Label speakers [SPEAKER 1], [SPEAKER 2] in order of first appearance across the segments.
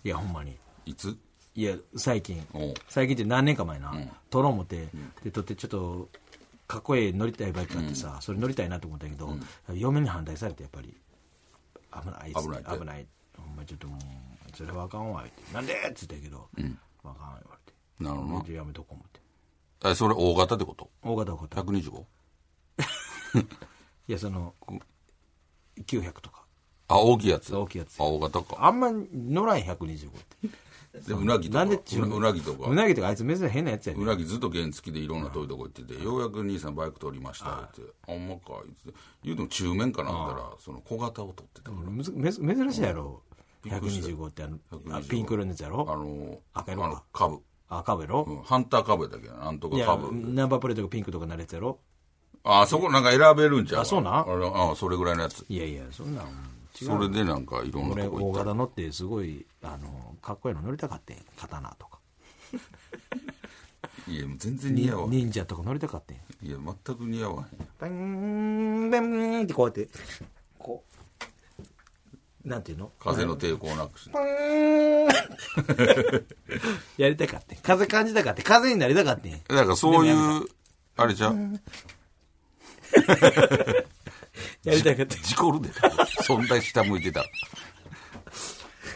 [SPEAKER 1] や、ほんまに。
[SPEAKER 2] ん。いつ
[SPEAKER 1] いや、最近
[SPEAKER 2] おう。
[SPEAKER 1] 最近って何年か前な。取ろう思って、で、取ってちょっと、かっこいい乗りたいバイクがあってさ、それ乗りたいなと思ったんやけど、嫁に反対されて、やっぱり、危ないっつって、
[SPEAKER 2] 危ないって
[SPEAKER 1] 危ない。ほんまちょっともう、それはあかんわ、言って。なんでっつったんやけど、あかん言われて。
[SPEAKER 2] なるほどな
[SPEAKER 1] でやめとこう思って。
[SPEAKER 2] え、それ大型ってこと
[SPEAKER 1] 大型怒った。
[SPEAKER 2] ?125?
[SPEAKER 1] いや、その、900とか。
[SPEAKER 2] あ、大きいやつ。
[SPEAKER 1] 大きいやつ
[SPEAKER 2] あ、大型か。
[SPEAKER 1] あんま乗らん125って。
[SPEAKER 2] で、うなぎとか。
[SPEAKER 1] なんで違う
[SPEAKER 2] うなぎとか
[SPEAKER 1] う。なぎとかあいつ珍しい変なやつやね
[SPEAKER 2] うなぎずっと原付きでいろんな遠いとこ行ってて、ようやく兄さんバイク取りましたって、あんまか、言って、言うても中面かなったら、その小型を取ってたか
[SPEAKER 1] むずめず珍しいやろ。
[SPEAKER 2] びっくりした
[SPEAKER 1] 125ってあの、
[SPEAKER 2] 125
[SPEAKER 1] あピンク色のやつや
[SPEAKER 2] ら、あ
[SPEAKER 1] ろ。
[SPEAKER 2] の、
[SPEAKER 1] 赤
[SPEAKER 2] あ
[SPEAKER 1] 色か
[SPEAKER 2] の、株。
[SPEAKER 1] 赤べ
[SPEAKER 2] う
[SPEAKER 1] ろ。
[SPEAKER 2] ん、ハンター株やったっけな、なんと
[SPEAKER 1] い
[SPEAKER 2] か
[SPEAKER 1] や、
[SPEAKER 2] 株。
[SPEAKER 1] ナンバープレートがピンクとかなるやつやろ。
[SPEAKER 2] あ、そこなんか選べるんちゃう
[SPEAKER 1] あそうなん
[SPEAKER 2] あれあ、それぐらいのやつ。
[SPEAKER 1] いやいや、そんなん違。
[SPEAKER 2] そうれでなんかいろんな
[SPEAKER 1] 俺、
[SPEAKER 2] とこ行
[SPEAKER 1] 大
[SPEAKER 2] った。
[SPEAKER 1] 型乗って、すごい、あの、かっこいいの乗りたかってん。刀とか。
[SPEAKER 2] いや、もう全然
[SPEAKER 1] に
[SPEAKER 2] 似合わへん。い
[SPEAKER 1] 忍者とか乗りたかってん。
[SPEAKER 2] や、全く似合わへん。
[SPEAKER 1] バン、バンってこうやって、こう。なんていうの
[SPEAKER 2] 風の抵抗なくして。
[SPEAKER 1] やりたかってん風感じたかってん風になりたかってん
[SPEAKER 2] だからそういう、あれちゃう
[SPEAKER 1] やりたかってん
[SPEAKER 2] 事故るで。そんな下向いてたら。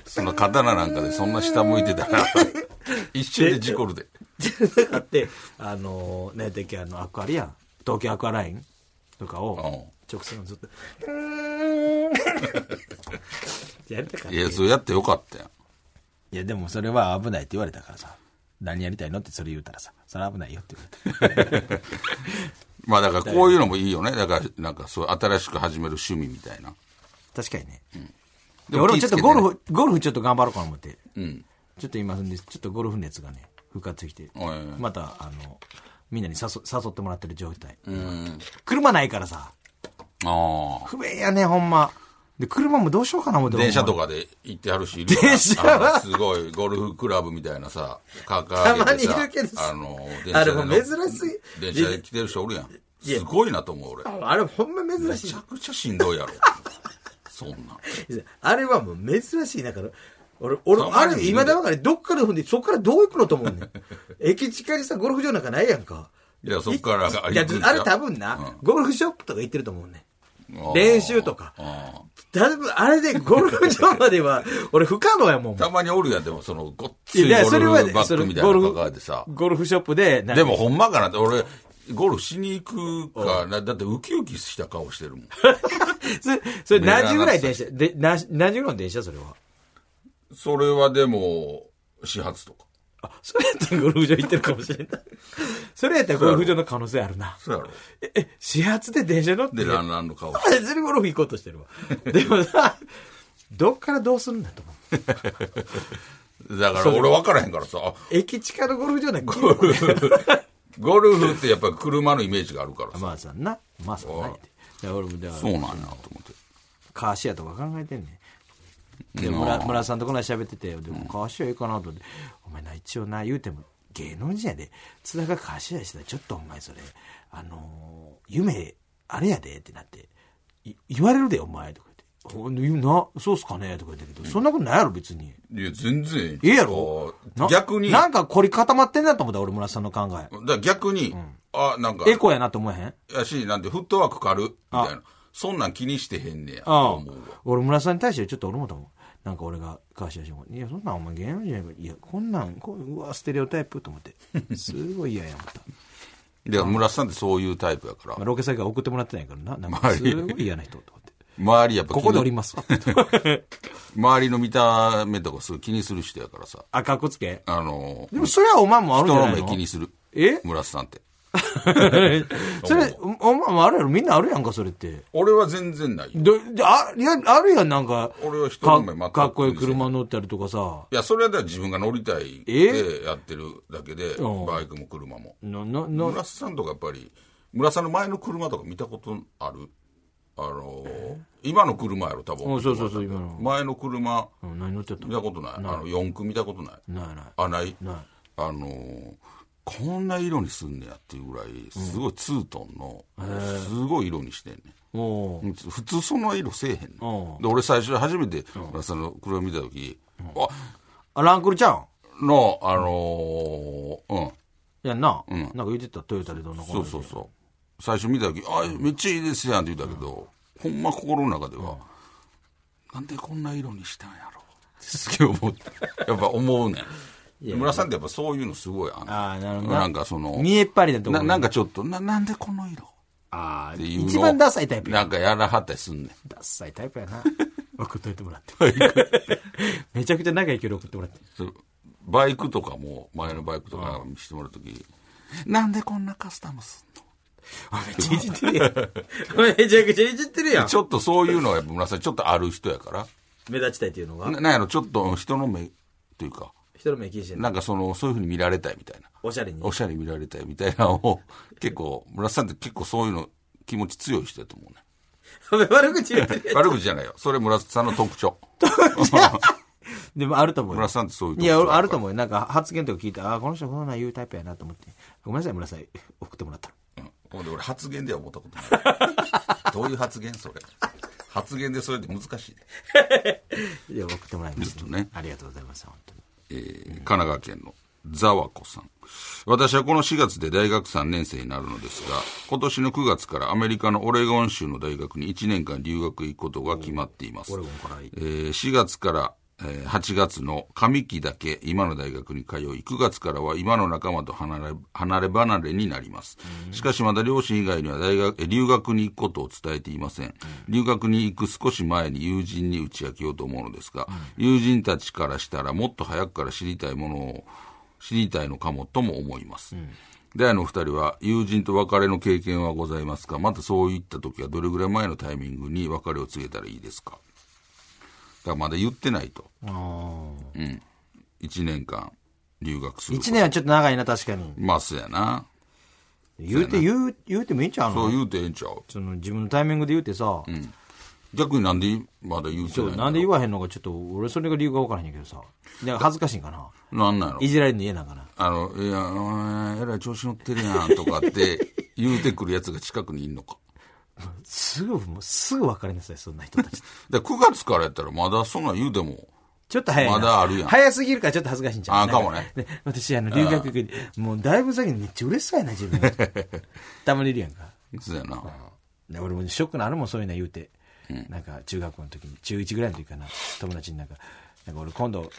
[SPEAKER 2] その刀なんかでそんな下向いてた ら、一瞬で事故るで。
[SPEAKER 1] じゃなかってあのー、何やったっけあのアクアリアン東京アクアラインとかを直線ずっと うーんやりたかった
[SPEAKER 2] いや、それやってよかったやん。
[SPEAKER 1] いやでもそれは危ないって言われたからさ何やりたいのってそれ言うたらさそれは危ないよって言われた
[SPEAKER 2] まあだからこういうのもいいよね。だから、なんかそう、新しく始める趣味みたいな。
[SPEAKER 1] 確かにね、
[SPEAKER 2] で
[SPEAKER 1] 俺もちょっとゴル
[SPEAKER 2] 気ぃつ
[SPEAKER 1] フゴルフちょっと頑張ろうかな思って
[SPEAKER 2] けてね
[SPEAKER 1] ちょっと今ちょっとゴルフ熱がね復活して
[SPEAKER 2] おいおい
[SPEAKER 1] またあのみんなに誘誘ってもらってる状態、
[SPEAKER 2] うん。うん。
[SPEAKER 1] 車ないからさ
[SPEAKER 2] ああ。
[SPEAKER 1] 不便やねほんまで車もどうしようかな思って
[SPEAKER 2] 電車と
[SPEAKER 1] か
[SPEAKER 2] かで行ってはるし、いる
[SPEAKER 1] 電車は
[SPEAKER 2] あのすごい、ゴルフクラブみたいなさ、掲げてさ
[SPEAKER 1] たまにいるけどさ
[SPEAKER 2] あの、電車
[SPEAKER 1] あれ
[SPEAKER 2] で
[SPEAKER 1] も
[SPEAKER 2] の。
[SPEAKER 1] 珍しい
[SPEAKER 2] 電車で来てる人おるやん。すごいなと思う、俺。
[SPEAKER 1] あれほんま珍
[SPEAKER 2] め
[SPEAKER 1] し
[SPEAKER 2] ち
[SPEAKER 1] い
[SPEAKER 2] ゃくちゃしんどいやろ。 そんなん。
[SPEAKER 1] あれはもう珍しいだから俺俺
[SPEAKER 2] た
[SPEAKER 1] あ
[SPEAKER 2] まにいる
[SPEAKER 1] れ今だからどっから踏んでそっからどう行くのと思うね ん駅近にさゴルフ場なんかないやんか
[SPEAKER 2] いやそっから
[SPEAKER 1] い
[SPEAKER 2] あ
[SPEAKER 1] いや
[SPEAKER 2] 行くんちゃう
[SPEAKER 1] あれ多分な、ゴルフショップとか行ってると思うね
[SPEAKER 2] あー
[SPEAKER 1] 練習とか
[SPEAKER 2] あー
[SPEAKER 1] だいぶあれでゴルフ場までは 俺不可能やもん
[SPEAKER 2] たまにおるやん、でも、その、ごっつ
[SPEAKER 1] い
[SPEAKER 2] いゴ
[SPEAKER 1] や
[SPEAKER 2] ル
[SPEAKER 1] それ
[SPEAKER 2] フ
[SPEAKER 1] は
[SPEAKER 2] バ
[SPEAKER 1] ね
[SPEAKER 2] ッグみたいなの抱えてさ。
[SPEAKER 1] ゴルフショップでなんか
[SPEAKER 2] でも、ほんまかなって、俺、ゴルフしに行くかな、だってウキウキした顔してるもん。
[SPEAKER 1] それそれ
[SPEAKER 2] メー
[SPEAKER 1] 何
[SPEAKER 2] ラー
[SPEAKER 1] 時ぐらい電車で何時何時ぐらいの電車それは
[SPEAKER 2] それはでも、始発とか。
[SPEAKER 1] あそれやったらゴルフ場行ってるかもしれない それやったらゴルフ場の可能性あるな
[SPEAKER 2] そうやろ。
[SPEAKER 1] ええ始発で電車乗って
[SPEAKER 2] で、ランランの顔して
[SPEAKER 1] 別にゴルフ行こうとしてるわでも さどっからどうするんだと思う
[SPEAKER 2] だから俺分からへんからさ、あ
[SPEAKER 1] 駅近のゴルフ場なんか
[SPEAKER 2] ゴルフ、ゴルフってやっぱり車のイメージがあるからさ。
[SPEAKER 1] まあさんなまあさんないっていや俺もだから
[SPEAKER 2] そうなんやなと思って。
[SPEAKER 1] カーシェアとか考えてんねんで村村さんとこの間喋っててでもカーシェアいいかなと思って、お前な一応な言うても芸能人やで津田がカーシェアしてたらちょっとお前それあのー夢あれやでってなってい言われるでお前とか言っておなそうっすかねとか言ってけど、そんなことないやろ別に
[SPEAKER 2] いや、全然
[SPEAKER 1] ええやろな
[SPEAKER 2] 逆に、
[SPEAKER 1] な
[SPEAKER 2] だ
[SPEAKER 1] んか凝り固まってんなと思った俺村さんの考え
[SPEAKER 2] から逆に、あ、なんか、
[SPEAKER 1] エコやなと思えへん
[SPEAKER 2] やし、なんてフットワーク軽、みたいな。そんなん気にしてへんねや、と
[SPEAKER 1] あ
[SPEAKER 2] 思うわ
[SPEAKER 1] あ俺村さんに対してちょっと俺もと思うなんか俺が川島翔吾に「いやそんなんお前芸能人やからいやこんなんこううわステレオタイプ」と思って すごい嫌や思った、
[SPEAKER 2] で、村瀬さんってそういうタイプやから
[SPEAKER 1] まあ、、ロケ先から送ってもらってないからななんかすごい嫌な人と思って
[SPEAKER 2] 周りやっぱ気
[SPEAKER 1] こ
[SPEAKER 2] に
[SPEAKER 1] こでおります わ
[SPEAKER 2] 周りの見た目とかすごい気にする人やからさ、
[SPEAKER 1] あかっこつけ
[SPEAKER 2] あの
[SPEAKER 1] でもそれはお前もあるんじ
[SPEAKER 2] 人
[SPEAKER 1] ゃ
[SPEAKER 2] の
[SPEAKER 1] な
[SPEAKER 2] 目
[SPEAKER 1] いの
[SPEAKER 2] 気にする。
[SPEAKER 1] え
[SPEAKER 2] 村瀬さんって。
[SPEAKER 1] それおお前もあるやろみんなあるやんかそれって
[SPEAKER 2] 俺は全然ないよ。
[SPEAKER 1] どであいやあるやんなんか
[SPEAKER 2] 俺は人の目全
[SPEAKER 1] か
[SPEAKER 2] く
[SPEAKER 1] かっこいい車乗ったりとかさ
[SPEAKER 2] いや、それはだから自分が乗りたいってやってるだけで、
[SPEAKER 1] うん
[SPEAKER 2] バイクも車も。
[SPEAKER 1] ななな
[SPEAKER 2] 村瀬さんとかやっぱり、村瀬さんの前の車とか見たことあるあのー、今の車やろ、多
[SPEAKER 1] うん
[SPEAKER 2] 分。
[SPEAKER 1] そうそうそう今の、
[SPEAKER 2] 前の車、
[SPEAKER 1] うん、何乗ってた
[SPEAKER 2] 見たことない。あの、四駆見たことない。
[SPEAKER 1] ないない
[SPEAKER 2] あ、ない
[SPEAKER 1] ない
[SPEAKER 2] あのーこんな色にすんねやっていうぐらい、すごいツートンの、すごい色にしてんねん。
[SPEAKER 1] おう
[SPEAKER 2] 普通その色せえへん
[SPEAKER 1] う
[SPEAKER 2] の
[SPEAKER 1] ん
[SPEAKER 2] で俺最初初めて村田さんの車見た時あ
[SPEAKER 1] あランクルちゃん
[SPEAKER 2] のあのーうん
[SPEAKER 1] やんな、なんか言ってたトヨタでどんなこ
[SPEAKER 2] そうそうそう最初見た時「あめっちゃいいですやん」って言ったけどほんま心の中ではなんでこんな色にしたんやろってすげえ思ってやっぱ思うねん村田さんってやっぱそういうのすごいあ
[SPEAKER 1] あーなるほど
[SPEAKER 2] なんかその
[SPEAKER 1] 見えっ張りなとこ
[SPEAKER 2] ななんかちょっとななんでこの色
[SPEAKER 1] ああ
[SPEAKER 2] っていうのを
[SPEAKER 1] 一番ダサいタイプや
[SPEAKER 2] なんかやらはったりすんねん
[SPEAKER 1] ダサいタイプや な送っといてもらって めちゃくちゃ長い距離送ってもらって
[SPEAKER 2] それバイクとかも前のバイクとか見せてもらうときなんでこんなカスタムすん
[SPEAKER 1] めっちゃいじってるやん めちゃくちゃいじってるや
[SPEAKER 2] のちょっとそういうのはやっぱ村さんちょっとある人やか
[SPEAKER 1] 目立ちたいっていうのが
[SPEAKER 2] らななんやろちょっと人の目というか
[SPEAKER 1] 人の目気にしてない
[SPEAKER 2] なんかそのそういうふうに見られたいみたいな
[SPEAKER 1] おしゃれに
[SPEAKER 2] おしゃれに見られたいみたいなの を結構村さんって結構そういうの気持ち強い人やと思うね
[SPEAKER 1] 悪口言って る
[SPEAKER 2] 悪口じゃないよそれ村さんの特徴
[SPEAKER 1] でもあると思うよ
[SPEAKER 2] 村さんってそういうとこ
[SPEAKER 1] いや俺あると思うよなんか発言とか聞いてああこの人こんなん言うタイプやなと思ってごめんなさい村さん送ってもらったら
[SPEAKER 2] うんほんで俺発言では思ったことない どういう発言それ発言でそれって難しいね
[SPEAKER 1] いや送ってもらいます
[SPEAKER 2] ちょっとね
[SPEAKER 1] ありがとうございます本当に
[SPEAKER 2] えー神奈川県のざわこさん。私はこの4月で大学3年生になるのですが、今年の9月からアメリカのオレゴン州の大学に1年間留学行くことが決まっています。
[SPEAKER 1] オレゴンからいい
[SPEAKER 2] えー4月からえー8月の上期だけ今の大学に通い、9月からは今の仲間と離れ離れ離れになります。しかしまだ両親以外には大学えー留学に行くことを伝えていません。留学に行く少し前に友人に打ち明けようと思うのですが、友人たちからしたらもっと早くから知りたいものを知りたいのかもとも思います。で、あのお二人は友人と別れの経験はございますかまたそういった時はどれぐらい前のタイミングに別れを告げたらいいですかだからまだ言ってないと。うん。1年間留学すること。
[SPEAKER 1] 1年はちょっと長いな確かに
[SPEAKER 2] まあ、そうやな。
[SPEAKER 1] 言うて言う言うてもいいんちゃう
[SPEAKER 2] そ
[SPEAKER 1] の
[SPEAKER 2] う言うてええんちゃう。
[SPEAKER 1] その自分のタイミングで言うてさ、
[SPEAKER 2] 逆になんでまだ言うて
[SPEAKER 1] そう
[SPEAKER 2] ない
[SPEAKER 1] なんで言
[SPEAKER 2] わ
[SPEAKER 1] わへんのかちょっと俺それが理由が分からへんけどさなんか恥ずかしいんかな
[SPEAKER 2] なんなんやろ
[SPEAKER 1] いじられるの嫌なんかな
[SPEAKER 2] あの、いや、お前えらい調子乗ってるやんとかって言うてくるやつが近くにいんのか。
[SPEAKER 1] すぐもうすぐ別れなさいそんな人たち
[SPEAKER 2] で9月からやったらまだそんなん言うても、
[SPEAKER 1] ちょっと早いな
[SPEAKER 2] まだあるやん
[SPEAKER 1] 早すぎるからちょっと恥ずかしいんちゃ
[SPEAKER 2] あ
[SPEAKER 1] う
[SPEAKER 2] かもね
[SPEAKER 1] なん私あの留学行くもうだいぶ先にめっちゃ嬉しそうやな自 分たまにいるやんか
[SPEAKER 2] そうやな。
[SPEAKER 1] で俺もショックなあるもんそういうの言うて、なんか中学校の時に中1ぐらいの時かな友達になんかなんか俺今度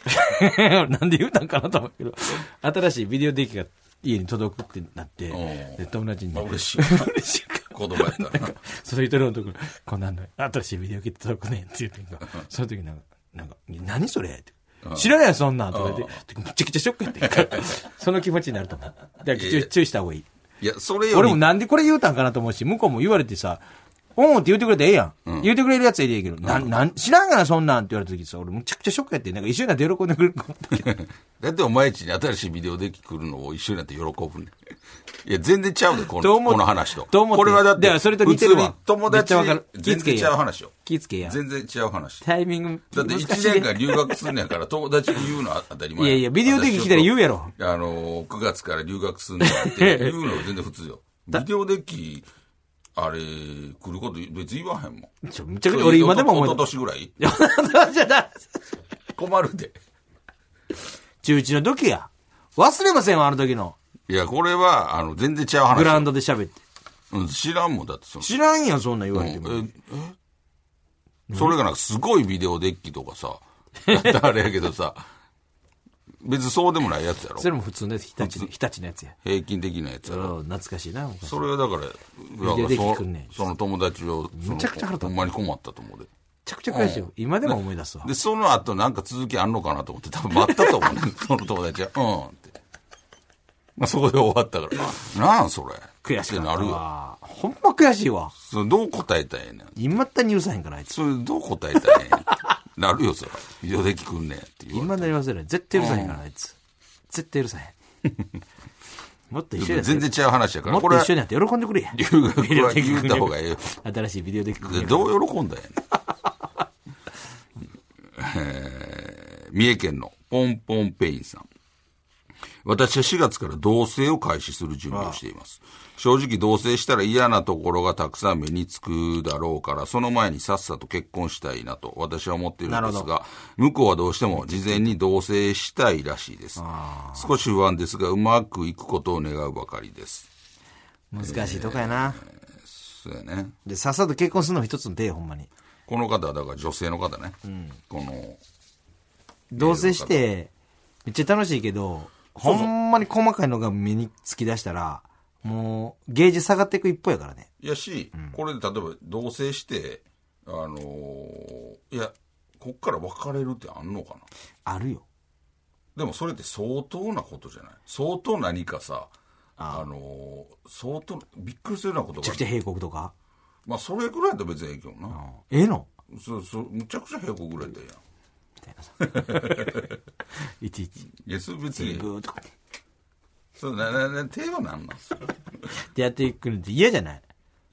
[SPEAKER 1] なんで言うたんかなと思うけど新しいビデオデッキが家に届くってなって
[SPEAKER 2] おう
[SPEAKER 1] で友達に、
[SPEAKER 2] まあ嬉しい
[SPEAKER 1] 嬉しいか
[SPEAKER 2] 子供やったらな。
[SPEAKER 1] その人のところこんなんの新しいビデオ機届くねんって言ってんかその時なんか「なんか何それ?」って。知らないよ、そんなんとか言って、めちゃくちゃショックやってん から、その気持ちになると思う。だから注意注意した方がいい。
[SPEAKER 2] いや、それより。
[SPEAKER 1] 俺もなんでこれ言うたんかなと思うし、向こうも言われてさ、おんって言うてくれてええやん。言うてくれるやつはいいけど、なん、なん、知らんがな、そんなんって言われた時さ、俺むちゃくちゃショックやって、なんか一緒になって喜んでくれるか 思ったけど
[SPEAKER 2] だってお前ちに新しいビデオデッキ来るのを一緒になって喜ぶねん。いや、全然ちゃうで、こ
[SPEAKER 1] と
[SPEAKER 2] の
[SPEAKER 1] 思っ
[SPEAKER 2] この話と。
[SPEAKER 1] と思って
[SPEAKER 2] これはだって、
[SPEAKER 1] でそれと似てるわ
[SPEAKER 2] 普通に友
[SPEAKER 1] めっち
[SPEAKER 2] 達
[SPEAKER 1] ゃわかる、
[SPEAKER 2] 全然違う話よ。
[SPEAKER 1] 気ぃつけや。
[SPEAKER 2] 全然違う話。
[SPEAKER 1] タイミング。
[SPEAKER 2] だって1
[SPEAKER 1] 難しいね
[SPEAKER 2] 年間留学すんねやから、友達に言うのは当たり前
[SPEAKER 1] いやいやビデオデッキ来たら言うやろ。
[SPEAKER 2] 私ちょっとあの、9月から留学すんねやって、言うのは全然普 通よ。ビデオデッキ、あれ、来ること別に言わへんもん。
[SPEAKER 1] ちょむちゃくちゃ、俺今でも思
[SPEAKER 2] 一
[SPEAKER 1] い
[SPEAKER 2] 昨
[SPEAKER 1] 出
[SPEAKER 2] 年ぐらい
[SPEAKER 1] す。
[SPEAKER 2] 困るで。
[SPEAKER 1] 中1の時や。忘れませんわ、あの時の。
[SPEAKER 2] いや、これは、あの、全然ちゃう話。
[SPEAKER 1] グラウンドで喋って。
[SPEAKER 2] うん知らんもん、だってその。
[SPEAKER 1] 知らんやん、そんなん言われても。
[SPEAKER 2] うんええそれがなんかすごいビデオデッキとか さ、だってあれやけどさ、別にそうでもないやつやろ
[SPEAKER 1] そ。れも普通のやつ、日立の、日立のやつや。
[SPEAKER 2] 平均的なやつやろ。
[SPEAKER 1] うん懐かしいな、昔
[SPEAKER 2] それはだから、
[SPEAKER 1] ビデオデッキ
[SPEAKER 2] だから
[SPEAKER 1] 来んねん
[SPEAKER 2] そその友達を、その
[SPEAKER 1] むちゃくちゃ腹立った
[SPEAKER 2] ほんまに困ったと思うで。
[SPEAKER 1] めちゃくちゃ返しよ。今でも思い出すわ
[SPEAKER 2] で、。その後なんか続きあんのかなと思って、多分待ったと思う ねんその友達は。うんって。まあそこで終わったから、あなんそれ。
[SPEAKER 1] 悔し
[SPEAKER 2] っ
[SPEAKER 1] く
[SPEAKER 2] て
[SPEAKER 1] な
[SPEAKER 2] な
[SPEAKER 1] る
[SPEAKER 2] るよ。
[SPEAKER 1] わ。ほんま悔しいわ。
[SPEAKER 2] それどう答えたらええねん。
[SPEAKER 1] 今ったにうさへんから、あいつ。
[SPEAKER 2] それどう答えたらええねんって。 なるよ、そら。ビデオデッキ来んねんって言われて
[SPEAKER 1] 今だに忘れない。絶対許さへんから、あいつ。絶対許 さへん。もっと一緒になって。
[SPEAKER 2] 全然違う話やから、
[SPEAKER 1] もっ
[SPEAKER 2] ことれは
[SPEAKER 1] 一緒になって喜んでくれや。
[SPEAKER 2] 留学は言った方がええよ。
[SPEAKER 1] 新しいビデオデッキ組ん
[SPEAKER 2] で
[SPEAKER 1] で
[SPEAKER 2] どう喜んだんやねん えー三重県のポンポンペインさん。私は4月から同棲を開始する準備をしています。正直同棲したら嫌なところがたくさん目につくだろうから、その前にさっさと結婚したいなと私は思っているんですが、向こうはどうしても事前に同棲したいらしいです。少し不安ですが、うまくいくことを願うばかりです。
[SPEAKER 1] 難しいとこやな。
[SPEAKER 2] そうやね。
[SPEAKER 1] で、さっさと結婚するのも一つの手よほんまに。
[SPEAKER 2] この方はだから女性の方ね。この、
[SPEAKER 1] 同棲して、めっちゃ楽しいけど、ほんまに細かいのが目につき出したら、もう、ゲージ下がっていく一方やからね。
[SPEAKER 2] いやし、これで例えば同棲して、あのーいや、こっから別れるってあんのかな。
[SPEAKER 1] あるよ。
[SPEAKER 2] でもそれって相当なことじゃない相当何かさ、あのー相当、びっくりするようなこと
[SPEAKER 1] めちゃ
[SPEAKER 2] が
[SPEAKER 1] く。ちゃ平国とか。
[SPEAKER 2] まあ、それぐらいだと別にええけどな。
[SPEAKER 1] ええの
[SPEAKER 2] そうそう、むちゃくちゃ平行ぐらいだやん。
[SPEAKER 1] いちいち。
[SPEAKER 2] いや、それ別に、
[SPEAKER 1] ブーとか。
[SPEAKER 2] そうな、な、な、手はなんなんすか
[SPEAKER 1] ってやっていくのって嫌じゃない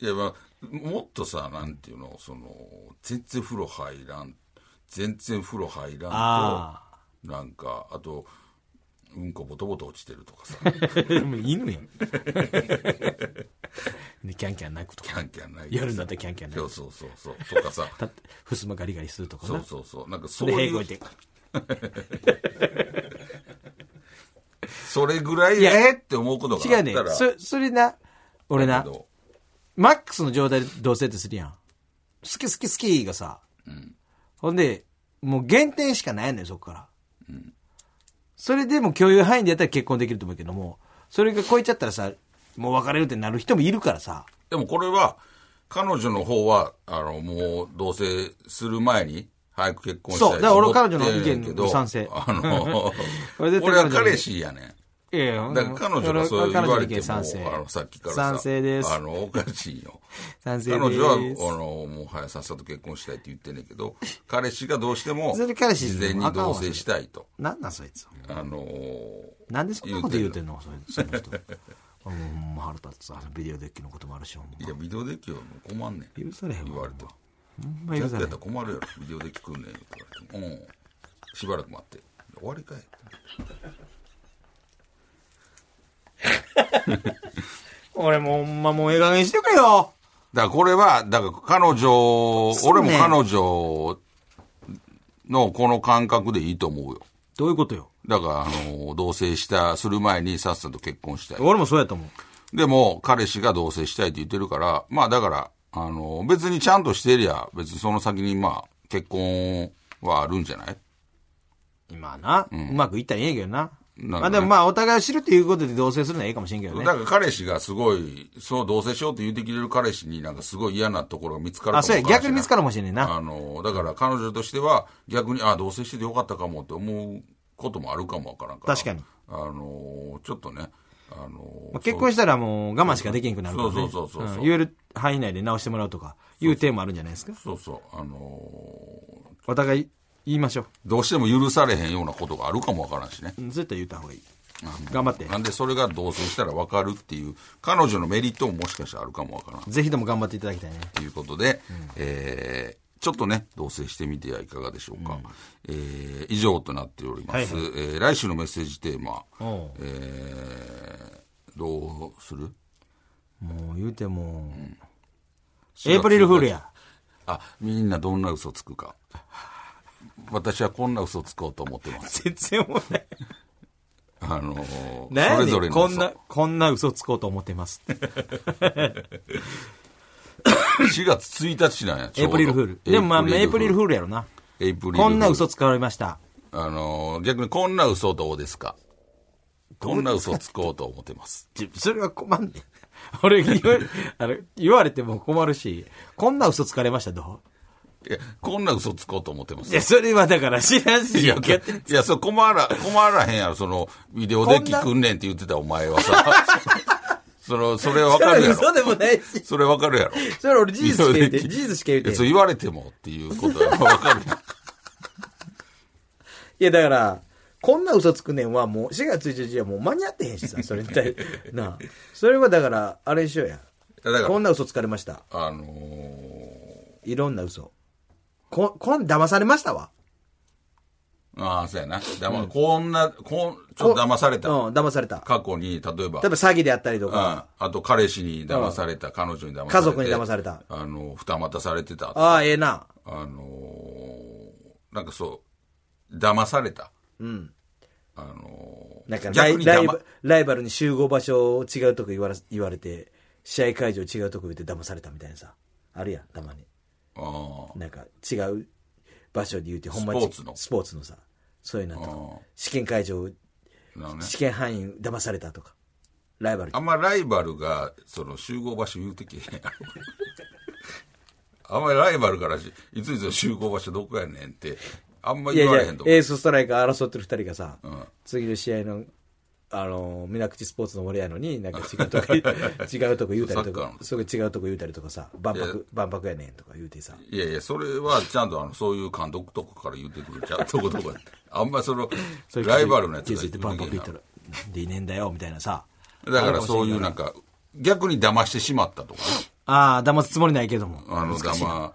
[SPEAKER 2] いや、まあ、もっとさ、なんていうの、その、全然風呂入らん、全然風呂入らん
[SPEAKER 1] あ
[SPEAKER 2] と、なんか、あと、うんこボトボト落ちてると かさ、
[SPEAKER 1] でも犬やん。で、キャンキャン泣くと
[SPEAKER 2] キ
[SPEAKER 1] か。
[SPEAKER 2] ャンキャンない。
[SPEAKER 1] 夜になったらキャンキャン
[SPEAKER 2] そ
[SPEAKER 1] 泣
[SPEAKER 2] う
[SPEAKER 1] く。
[SPEAKER 2] そうそうそう、とか さ、
[SPEAKER 1] たって、ふすまガリガリするとかな。
[SPEAKER 2] そうそうそう、なんかそう
[SPEAKER 1] で、
[SPEAKER 2] い
[SPEAKER 1] 平行
[SPEAKER 2] う
[SPEAKER 1] い、て。
[SPEAKER 2] それぐらい、
[SPEAKER 1] いや
[SPEAKER 2] えーって思うことが
[SPEAKER 1] 違
[SPEAKER 2] あ
[SPEAKER 1] う
[SPEAKER 2] っ
[SPEAKER 1] ね
[SPEAKER 2] た。ら、
[SPEAKER 1] そ、それな、俺
[SPEAKER 2] だ
[SPEAKER 1] な
[SPEAKER 2] け、ど
[SPEAKER 1] マックスの状態で同棲ってするやん。好き好き好きがさ。ほんで、もう原点しかないのよ、そこから。それでも共有範囲でやったら結婚できると思うけども、それが超えちゃったらさ、もう別れるってなる人もいるからさ。
[SPEAKER 2] でもこれは、彼女の方は、あの、もう、同棲する前に、早く結婚したい
[SPEAKER 1] そうだから俺彼女の
[SPEAKER 2] と思ってん
[SPEAKER 1] 意見
[SPEAKER 2] けど
[SPEAKER 1] 賛成、
[SPEAKER 2] あの
[SPEAKER 1] 俺絶対
[SPEAKER 2] 俺は
[SPEAKER 1] 彼女の意見
[SPEAKER 2] 彼氏やねん。
[SPEAKER 1] いやいや
[SPEAKER 2] だから彼女がそう言われても、あ
[SPEAKER 1] 賛成。
[SPEAKER 2] の、さっきからさ、
[SPEAKER 1] 賛成です。
[SPEAKER 2] あの、おかし いよ。
[SPEAKER 1] 賛成で
[SPEAKER 2] 彼
[SPEAKER 1] す
[SPEAKER 2] 女は、あの、もう早さっさと結婚したいって言ってんねんけど、彼氏がどうしても、
[SPEAKER 1] それ彼氏
[SPEAKER 2] 事前に同棲したいと。
[SPEAKER 1] なんなんそいつ。
[SPEAKER 2] あの
[SPEAKER 1] なんでそんなこと言うてんのそれその人。もうほんま腹立つ。あのビデオデッキのこともあるし、ほん
[SPEAKER 2] いや、ビデオデッキはもう困んねん。
[SPEAKER 1] 許されへんわ
[SPEAKER 2] 言われても。
[SPEAKER 1] ま。
[SPEAKER 2] や
[SPEAKER 1] 許
[SPEAKER 2] ったや
[SPEAKER 1] され
[SPEAKER 2] ったら困るやろ、ビデオデッキ来んねんって言われても。うん。しばらく待って。終わりかい。
[SPEAKER 1] 俺もうほんまもうええ加減してくれよ
[SPEAKER 2] だからこれは、だから彼女、
[SPEAKER 1] そう
[SPEAKER 2] 俺
[SPEAKER 1] ね
[SPEAKER 2] も彼女のこの感覚でいいと思うよ。
[SPEAKER 1] どういうことよ
[SPEAKER 2] だから、あの、同棲した、する前にさっさと結婚したい。
[SPEAKER 1] 俺もそうやと思う。
[SPEAKER 2] でも、彼氏が同棲したいって言ってるから、まあだから、あの、別にちゃんとしてりゃ、別にその先に、まあ、結婚はあるんじゃない
[SPEAKER 1] 今な、うまくいったらええけどな。
[SPEAKER 2] どね
[SPEAKER 1] まあでもまあ、お互いを知るっていうことで同棲するのはええかもしれんけ
[SPEAKER 2] だ
[SPEAKER 1] どね。
[SPEAKER 2] から彼氏がすごい、そう同棲しようって言ってきれる彼氏になんかすごい嫌なところが見つかるかも
[SPEAKER 1] あ、そうや、逆に見つかるか
[SPEAKER 2] も
[SPEAKER 1] もしれんねんな。
[SPEAKER 2] あの、だから彼女としては、逆に、あ、同棲しててよかったかもって思うこともあるかもわからんから。
[SPEAKER 1] 確かに。
[SPEAKER 2] あの、ちょっとね、あの
[SPEAKER 1] まあ結婚したらもう我慢しかできんくなるから、ね。
[SPEAKER 2] そうそうそうそうそうん
[SPEAKER 1] 言える範囲内で直してもらうとか、いう点もあるんじゃないですか。
[SPEAKER 2] そうそう、あのー
[SPEAKER 1] お互い言いましょ
[SPEAKER 2] どうしても許されへんようなことがあるかもわからんしね。
[SPEAKER 1] う。うん絶対言った方がいい。頑張って。
[SPEAKER 2] なんでそれが同棲したらわかるっていう、彼女のメリットももしかしたらあるかもわからん。
[SPEAKER 1] ぜひとも頑張っていただきたいね。
[SPEAKER 2] ということで、えーちょっとね、同棲してみてはいかがでしょうか。えー以上となっております。
[SPEAKER 1] はい
[SPEAKER 2] えー来週のメッセージテーマ、
[SPEAKER 1] おう
[SPEAKER 2] えーどうする
[SPEAKER 1] もう言うても、エイプリルフールや。
[SPEAKER 2] あ、みんなどんな嘘つくか。私はこんな嘘つこうと思ってます。
[SPEAKER 1] 全然も ない。
[SPEAKER 2] あのー
[SPEAKER 1] 何
[SPEAKER 2] そ
[SPEAKER 1] やね
[SPEAKER 2] れ
[SPEAKER 1] ん
[SPEAKER 2] ぞれの
[SPEAKER 1] こ
[SPEAKER 2] 嘘
[SPEAKER 1] んな、こんな嘘つこうと思ってます。
[SPEAKER 2] 4月1日なんや、ち
[SPEAKER 1] エ
[SPEAKER 2] ょ
[SPEAKER 1] イ
[SPEAKER 2] う
[SPEAKER 1] プ
[SPEAKER 2] ど
[SPEAKER 1] リルフール。でもまあ、エイプリルフ
[SPEAKER 2] ー
[SPEAKER 1] ールやろな。
[SPEAKER 2] ル。エイプリルフール。
[SPEAKER 1] こんな嘘つかれました。
[SPEAKER 2] あのー逆にこんな嘘どうですかこんな嘘つこうと思ってます。
[SPEAKER 1] ちょそれは困んね ん。俺言わ、あの言われても困るし、こんな嘘つかれました、ど
[SPEAKER 2] いや、こんな嘘つこうと思ってま
[SPEAKER 1] う
[SPEAKER 2] す
[SPEAKER 1] い。や、それはだから知らんし、
[SPEAKER 2] いや、
[SPEAKER 1] 勝手に
[SPEAKER 2] いや、それ困ら、困らへんやろ、その、ビデオデッキくんねんって言ってたお前はさ。その、それわかるや
[SPEAKER 1] そ
[SPEAKER 2] ろ。
[SPEAKER 1] れは嘘でもないし、
[SPEAKER 2] それわかるやろ。
[SPEAKER 1] それ俺事実しか言
[SPEAKER 2] ビ
[SPEAKER 1] うて、
[SPEAKER 2] デオデッキ
[SPEAKER 1] 事実しか言う
[SPEAKER 2] いやそ
[SPEAKER 1] て。
[SPEAKER 2] れ言われてもっていうことはわかるやん。
[SPEAKER 1] いや、だから、こんな嘘つくねんはもう、4月1日はもう間に合ってへんし さ、それに対、なあ。それはだから、あれにしようや。
[SPEAKER 2] やだから
[SPEAKER 1] こんな嘘つかれました。
[SPEAKER 2] あのー
[SPEAKER 1] いろんな嘘。こ、こん、騙されましたわ。
[SPEAKER 2] ああ、そうやな。だま、こんな、こん、ちょっと騙された。
[SPEAKER 1] うん、騙された。
[SPEAKER 2] 過去に、例えば
[SPEAKER 1] 例え、ば詐欺であったりと
[SPEAKER 2] うん
[SPEAKER 1] か、
[SPEAKER 2] あと彼氏に騙された、彼女に騙された。
[SPEAKER 1] 家族に騙された
[SPEAKER 2] あの、二股されてた。あ
[SPEAKER 1] ああ、ええな。
[SPEAKER 2] のーなんかそう、騙された。
[SPEAKER 1] うん。
[SPEAKER 2] あのー
[SPEAKER 1] なんかラ
[SPEAKER 2] 逆
[SPEAKER 1] イ
[SPEAKER 2] に
[SPEAKER 1] ライ
[SPEAKER 2] 騙
[SPEAKER 1] バ、ライバルに集合場所を違うとこ言わら言われて、試合会場違うとこ言って騙されたみたいなさ、あるやん、たまに。
[SPEAKER 2] ああ
[SPEAKER 1] なんか違う場所で言うて、ほんまに
[SPEAKER 2] スポーツの
[SPEAKER 1] スポーツのさ、そういうのと
[SPEAKER 2] あ
[SPEAKER 1] か
[SPEAKER 2] ー、
[SPEAKER 1] 試験会場、
[SPEAKER 2] なるほどね
[SPEAKER 1] 試験範囲騙されたとか、ライバルに
[SPEAKER 2] あんまライバルが、その集合場所言うてけへ んやろ。あんまりライバルからし、いついつの集合場所どこやねんって、あんま
[SPEAKER 1] い
[SPEAKER 2] 言
[SPEAKER 1] や
[SPEAKER 2] われ
[SPEAKER 1] い
[SPEAKER 2] へ
[SPEAKER 1] や
[SPEAKER 2] んと、思う。
[SPEAKER 1] エースストライカー争ってる二人がさ、
[SPEAKER 2] ん
[SPEAKER 1] 次の試合の、あのー、水口スポーツの俺やのに、なんか違う とこ、違うとこ言うたり
[SPEAKER 2] サ
[SPEAKER 1] と
[SPEAKER 2] ッカー
[SPEAKER 1] か
[SPEAKER 2] の、
[SPEAKER 1] すごい違うとこ言うたりとかさ、万
[SPEAKER 2] いや
[SPEAKER 1] 博、万博やねんとか言うてさ、
[SPEAKER 2] いやいや、それはちゃんとあの、そういう監督とかから言ってくる。ちゃ んとことか。あんまその、
[SPEAKER 1] それ
[SPEAKER 2] ライバルのやつ
[SPEAKER 1] 気
[SPEAKER 2] が
[SPEAKER 1] づいてパンパンピッたら、なんでいねえんだよ、みたいなさ。
[SPEAKER 2] だからそういうなんか、逆に騙してしまったとかね、
[SPEAKER 1] ああ、騙すつもりないけども。
[SPEAKER 2] あの、騙、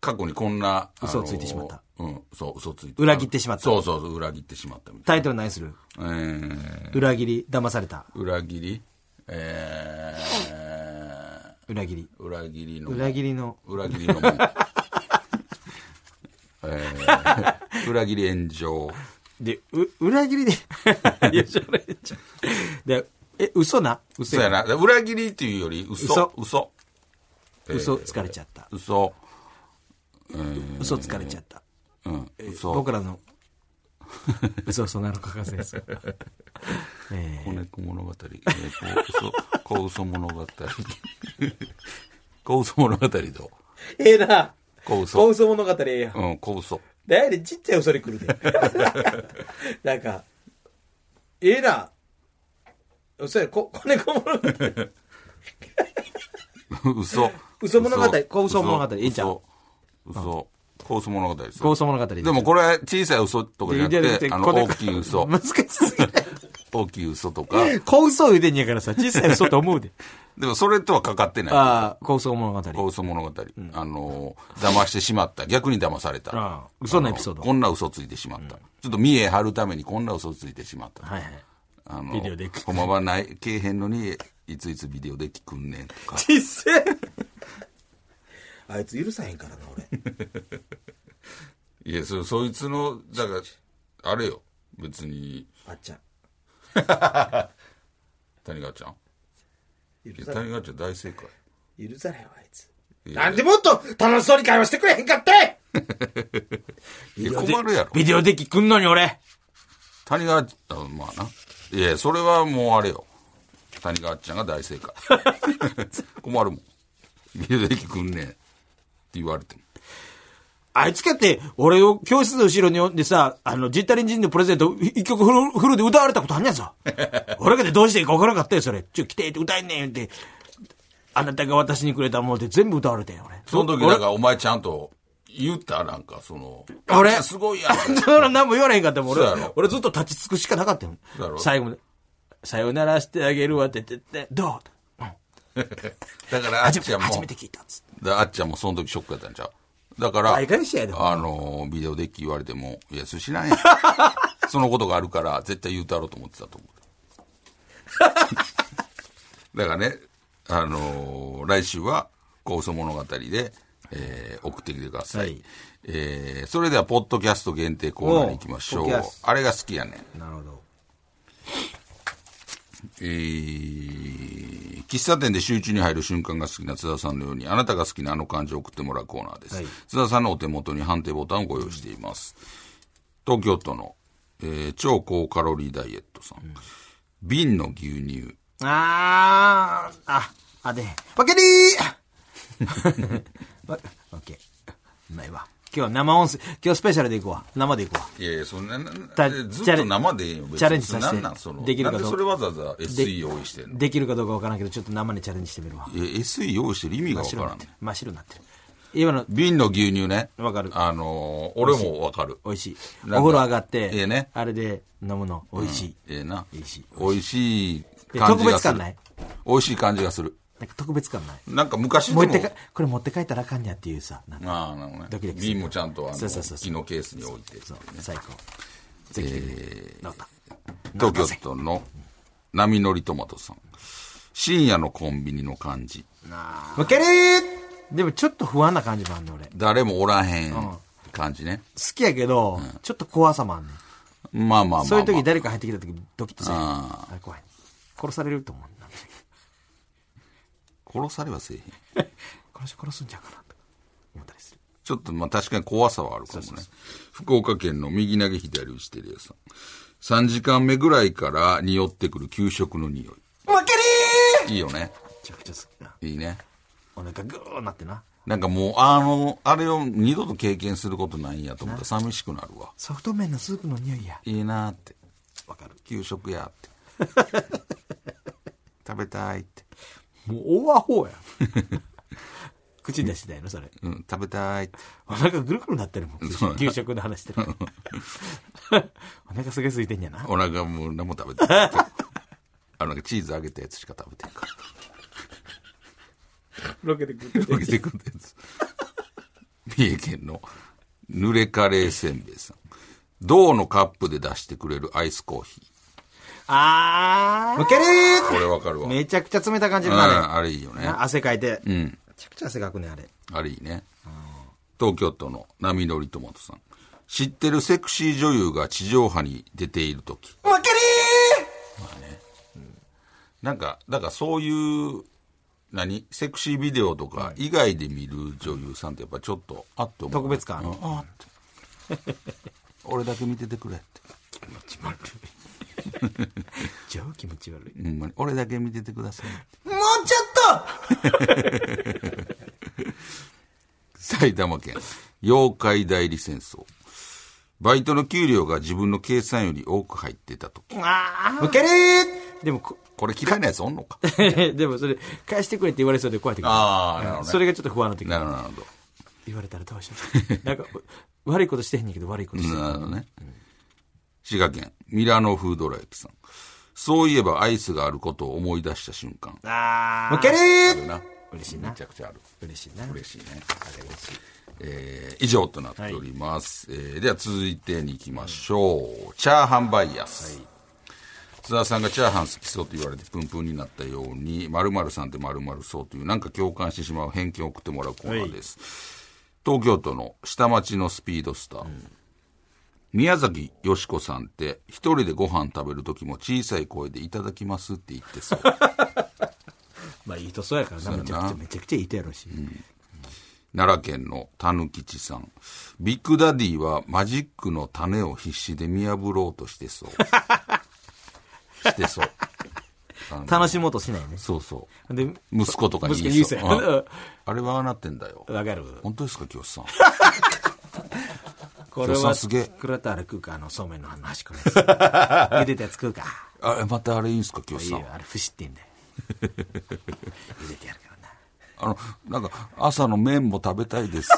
[SPEAKER 2] 過去にこんな、あの
[SPEAKER 1] 嘘をついてしまった。
[SPEAKER 2] うん、そう、嘘ついて。
[SPEAKER 1] 裏切ってしまった
[SPEAKER 2] そうそうそう、裏切ってしまったみたい
[SPEAKER 1] タイトル何する
[SPEAKER 2] な。えー、
[SPEAKER 1] 裏切り、騙された。
[SPEAKER 2] 裏切りえー、
[SPEAKER 1] 裏切り。
[SPEAKER 2] 裏切りの。
[SPEAKER 1] 裏切りの。
[SPEAKER 2] 裏切りのも ん。えー、裏切り炎上。
[SPEAKER 1] で、う、裏切 りで。いや、それ、ちょで、え、嘘な嘘
[SPEAKER 2] そうやな。裏切りっていうより嘘、嘘、
[SPEAKER 1] 嘘疲れちゃった。
[SPEAKER 2] 嘘、
[SPEAKER 1] 嘘疲れちゃった。
[SPEAKER 2] うん、嘘。
[SPEAKER 1] 僕らの嘘嘘なのかか せです。え
[SPEAKER 2] 子猫物語、えー、こう嘘、こう嘘物 語。こう嘘物語と、
[SPEAKER 1] えええな。
[SPEAKER 2] こう嘘
[SPEAKER 1] 小嘘物語ええやん。
[SPEAKER 2] うん、こう嘘。
[SPEAKER 1] だやねんちっちゃい嘘に 来るで。なんか、ええな。嘘やろ、こ、子猫物語。
[SPEAKER 2] 嘘。
[SPEAKER 1] 嘘物語こう嘘物語いいんちゃう
[SPEAKER 2] 嘘。嘘こう嘘物語です。
[SPEAKER 1] 小嘘物語で。
[SPEAKER 2] でもこれ小さい嘘とかじゃ
[SPEAKER 1] いや
[SPEAKER 2] ないくて、
[SPEAKER 1] や
[SPEAKER 2] あの、
[SPEAKER 1] これ
[SPEAKER 2] 大きい 嘘。
[SPEAKER 1] 難しすぎる。
[SPEAKER 2] 大きい嘘とか。
[SPEAKER 1] 小嘘言うてんやからさ、小さい嘘と 思うで。
[SPEAKER 2] でもそれとはかかってない。
[SPEAKER 1] ああ、小嘘物語。
[SPEAKER 2] こう嘘物語。あのー、騙してしまった。逆に騙され
[SPEAKER 1] ああ
[SPEAKER 2] た。
[SPEAKER 1] 嘘のエピソード
[SPEAKER 2] あのこんな嘘ついてしまった。ちょっと見栄張るためにこんな嘘ついてしまった。
[SPEAKER 1] はいはい。
[SPEAKER 2] あの、
[SPEAKER 1] ビデオデッキ
[SPEAKER 2] ほんまはない、けえへんのに、いついつビデオデッキくんねんとか。
[SPEAKER 1] 小さい。あいつ許さへんからな、俺。
[SPEAKER 2] いや、そ、そいつの、だから、あれよ。別に、
[SPEAKER 1] あっちゃん。
[SPEAKER 2] 谷川ちゃん。い
[SPEAKER 1] 許
[SPEAKER 2] や
[SPEAKER 1] され
[SPEAKER 2] 谷川ちゃん大正解。
[SPEAKER 1] 許されへんわ、あいつ。
[SPEAKER 2] いや
[SPEAKER 1] なんでもっと楽しそうに会話してくれへんかったい
[SPEAKER 2] いや困るやろ。
[SPEAKER 1] ビデオデッキ来んのに俺。
[SPEAKER 2] 谷川、あまあな。いや、それはもうあれよ。谷川ちゃんが大正 解。困るもん。ビデオデッキくんねんって言われても。
[SPEAKER 1] あいつかって、俺を教室の後ろに呼んでさ、あの、ジッタリンジンのプレゼント、い一曲フル、フルで歌われたことあんね んぞ。俺かてどうしていいか分からんかったよ、それ。ちょ、来てって歌えんねんって。あなたが私にくれたもので全部歌われてんよ、俺。
[SPEAKER 2] その時、だから、お前ちゃんと言ったなんか、その、
[SPEAKER 1] あれ
[SPEAKER 2] いやすごい やん。
[SPEAKER 1] そら何も言われへんかったもん、俺
[SPEAKER 2] そうやろ。
[SPEAKER 1] 俺ずっと立ち尽くしかなかったよ
[SPEAKER 2] そうや。ろ
[SPEAKER 1] 最後まで。さよならしてあげるわって言って、どう
[SPEAKER 2] だから、あっ
[SPEAKER 1] 初
[SPEAKER 2] ちゃ
[SPEAKER 1] め
[SPEAKER 2] んも、
[SPEAKER 1] て、初めて聞いたっつって。
[SPEAKER 2] だあっちゃんもその時ショックやったんちゃうだから、
[SPEAKER 1] あいかにしやで
[SPEAKER 2] あのー、ビデオデッキ言われても、いや、寿司 なんや。そのことがあるから、絶対言うたろうと思ってたと思 う。だからね、あのー、来週は、高層物語で、えー送ってきてください。
[SPEAKER 1] はい
[SPEAKER 2] えーそれでは、ポッドキャスト限定コーナーに行きましょ
[SPEAKER 1] おう
[SPEAKER 2] う
[SPEAKER 1] ポッドキャス。ト
[SPEAKER 2] あれが好きやねん。
[SPEAKER 1] なるほど。
[SPEAKER 2] えー喫茶店で集中に入る瞬間が好きな津田さんのように、あなたが好きなあの漢字を送ってもらうコーナーです。
[SPEAKER 1] はい
[SPEAKER 2] 津田さんのお手元に判定ボタンをご用意しています。東京都の、えー超高カロリーダイエットさん。瓶の牛乳。
[SPEAKER 1] あー、あ、あで、バケリーわオッケー。うまいわ。今日は生音声、今日スペシャルでいくわ。生でいくわ。
[SPEAKER 2] いやいや、そんな、な
[SPEAKER 1] た
[SPEAKER 2] ずっ
[SPEAKER 1] チャレ
[SPEAKER 2] と
[SPEAKER 1] ン
[SPEAKER 2] 生でええよ。別に
[SPEAKER 1] チャレンジさせて
[SPEAKER 2] なんなんその、
[SPEAKER 1] できるかど
[SPEAKER 2] な
[SPEAKER 1] うんか
[SPEAKER 2] でそれわざわざ SE 用意してんの
[SPEAKER 1] できるかどうかわからんけど、ちょっと生にチャレンジしてみるわ。
[SPEAKER 2] え、SE 用意してる意味がわから
[SPEAKER 1] になんって
[SPEAKER 2] ね
[SPEAKER 1] る。。真っ白になってる。今の、
[SPEAKER 2] 瓶の牛乳ね。
[SPEAKER 1] わかる
[SPEAKER 2] あのー俺もわかる。
[SPEAKER 1] 美味しい。お
[SPEAKER 2] なんか
[SPEAKER 1] 風呂上がって、
[SPEAKER 2] ええね
[SPEAKER 1] あれで飲むの、美味しい。
[SPEAKER 2] ええな。
[SPEAKER 1] 美味しい
[SPEAKER 2] 美味しい
[SPEAKER 1] で
[SPEAKER 2] 感じがする。
[SPEAKER 1] 特別感ない
[SPEAKER 2] 美味しい感じがする。
[SPEAKER 1] なんか特別感ない。
[SPEAKER 2] なんか昔で
[SPEAKER 1] 持
[SPEAKER 2] も。
[SPEAKER 1] ってか、これ持って帰ったらあかんやっていうさ、なんか、
[SPEAKER 2] ああ、なるほどね。
[SPEAKER 1] ドキドキする
[SPEAKER 2] 瓶もちゃんとあの、
[SPEAKER 1] そうそうそうそう
[SPEAKER 2] 木のケースに置いて。
[SPEAKER 1] そう、最高。ぜひ来てくれ、治った。
[SPEAKER 2] 東京都の波乗りトマトさん。深夜のコンビニの感じ。
[SPEAKER 1] わかるーでもちょっと不安な感じもあんねん俺。好
[SPEAKER 2] 誰もおらへん感じね。
[SPEAKER 1] きやけど、ちょっと怖さもあんねん。
[SPEAKER 2] まあまあまあ、まあ。
[SPEAKER 1] そういう時誰か入ってきた時ドキッとする。
[SPEAKER 2] あ
[SPEAKER 1] あれ怖い。殺される と思うんだ。
[SPEAKER 2] 殺されはせえへん。
[SPEAKER 1] 殺し殺すんちゃうかなとか思ったりする。
[SPEAKER 2] ちょっとまあ確かに怖さはあるかもね。福岡県の右投げ左打ちテレアさん。3時間目ぐらいから匂ってくる給食の匂い。
[SPEAKER 1] わかり
[SPEAKER 2] いいよね。
[SPEAKER 1] ーめちゃくちゃ好きな。
[SPEAKER 2] いいね。
[SPEAKER 1] お腹グーなってな。
[SPEAKER 2] なんかもう、あの、あれを二度と経験することないんやと思ったら寂しくなるわ。
[SPEAKER 1] ソフト麺のスープの匂いや。
[SPEAKER 2] いいなーって。
[SPEAKER 1] わかる。
[SPEAKER 2] 給食やって。 食べたいって。
[SPEAKER 1] もう大 アホや。口に出してたよな、それ。
[SPEAKER 2] うん、食べたいって。
[SPEAKER 1] お腹ぐるぐるなってるもん。給食の話してる。 お腹すげえ空いてんやな。
[SPEAKER 2] お腹もう何も食べて ない。あの、なんかチーズ揚げたやつしか食べてんから。
[SPEAKER 1] ロケでグッ
[SPEAKER 2] 溶けてくるやつ。三重県の濡れカレーせんべいさん。銅のカップで出してくれるアイスコーヒ
[SPEAKER 1] あー。わかる
[SPEAKER 2] ー。これわかるわ。
[SPEAKER 1] めちゃくちゃ冷たい感じ
[SPEAKER 2] う
[SPEAKER 1] に
[SPEAKER 2] ん、
[SPEAKER 1] な
[SPEAKER 2] あれいいよ
[SPEAKER 1] る。
[SPEAKER 2] ね。
[SPEAKER 1] な汗かいて。
[SPEAKER 2] うん。
[SPEAKER 1] めちゃくちゃ汗かくね、あれ。
[SPEAKER 2] あれいいね。東京都の波乗りトマトさん。知ってるセクシー女優が地上波に出ているとき。
[SPEAKER 1] わか
[SPEAKER 2] なんか、だからそういう、何セクシービデオとか以外で見る女優さんってやっぱちょっとあって思う。
[SPEAKER 1] 特別感ある
[SPEAKER 2] うんあって。俺だけ見ててくれって。
[SPEAKER 1] りー気持ち悪 い。超気持ち悪い。
[SPEAKER 2] ほんまに。俺だけ見ててくださいって。
[SPEAKER 1] もうちょっ
[SPEAKER 2] 埼玉県、妖怪代理戦争。バイトの給料が自分の計算より多く入ってたとき。
[SPEAKER 1] とあーわかるでもこ、
[SPEAKER 2] これ嫌いなやつおんのか。
[SPEAKER 1] でもそれ、返してくれって言われそうで怖い時
[SPEAKER 2] あーなるほどね
[SPEAKER 1] それがちょっと不安な時
[SPEAKER 2] なるほどなるほど。
[SPEAKER 1] 言われたらどうしよう。なんか、悪いことしてへんねんけど悪いことしてへん。
[SPEAKER 2] なるほどね。滋賀県、ミラノ風ドラ焼きさん。そういえばアイスがあることを思い出した瞬間。あ
[SPEAKER 1] あーわかる
[SPEAKER 2] るな。
[SPEAKER 1] 嬉しいな
[SPEAKER 2] めちゃくちゃある。
[SPEAKER 1] 嬉しいな。
[SPEAKER 2] 嬉しいね。えー以上となっております。えーでは続いてに行きましょう。チャーハンバイアス。津田さんがチャーハン好きそうと言われてプンプンになったように、〇〇さんって〇〇そうという、なんか共感してしまう偏見を送ってもらうコーナーです。東京都の下町のスピードスター。宮崎よしこさんって、一人でご飯食べる時も小さい声でいただきますって言ってそう。
[SPEAKER 1] まあいい人そうやからな。めちゃくちゃ、めちゃくちゃいい人やろうし。
[SPEAKER 2] 奈良県のたぬきちさん。ビッグダディはマジックの種を必死で見破ろうとして そう。してそう。
[SPEAKER 1] 楽しもうとしないね。
[SPEAKER 2] そうそ
[SPEAKER 1] で、
[SPEAKER 2] う。息子とかに
[SPEAKER 1] 息子に言いそうう
[SPEAKER 2] うんあれはああなってんだよ。
[SPEAKER 1] わかる
[SPEAKER 2] 本当ですか、清さん。
[SPEAKER 1] これ
[SPEAKER 2] 今日さ
[SPEAKER 1] は
[SPEAKER 2] すげえ
[SPEAKER 1] 倉田原食うかあのそうめんのあの端っこの やつ茹でたやつ食うか
[SPEAKER 2] あまたあれいいんすか清
[SPEAKER 1] いい
[SPEAKER 2] 志さ
[SPEAKER 1] よ
[SPEAKER 2] ん
[SPEAKER 1] あれ不知ってんだよ 茹でてやるか
[SPEAKER 2] あ
[SPEAKER 1] らな
[SPEAKER 2] のなんか朝の麺も食べたいです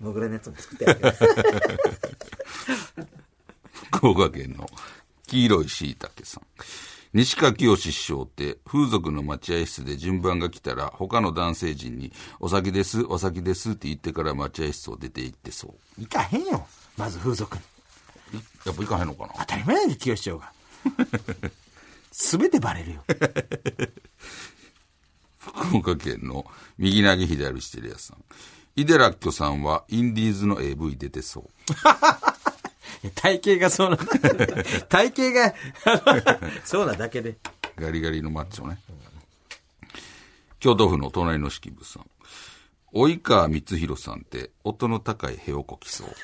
[SPEAKER 1] もぐらのやつも作ってやる から
[SPEAKER 2] 福岡県の黄色いしいたけさん西川清志師匠って風俗の待合室で順番が来たら他の男性陣に「お先ですお先です」って言ってから待合室を出て行ってそう
[SPEAKER 1] 行かへんよまず風俗に
[SPEAKER 2] やっぱ行かへんのかな
[SPEAKER 1] 当たり前やんけ清志 長が全てバレるよ
[SPEAKER 2] 福岡県の右投げ左してるやつさんイデラッキョさんはインディーズの AV 出てそう
[SPEAKER 1] 体型が そうなんだ体型があのそうなだけで
[SPEAKER 2] ガリガリのマッチョね。京都府の隣の式部さん。及川光弘さんって音の高いヘをこきそう。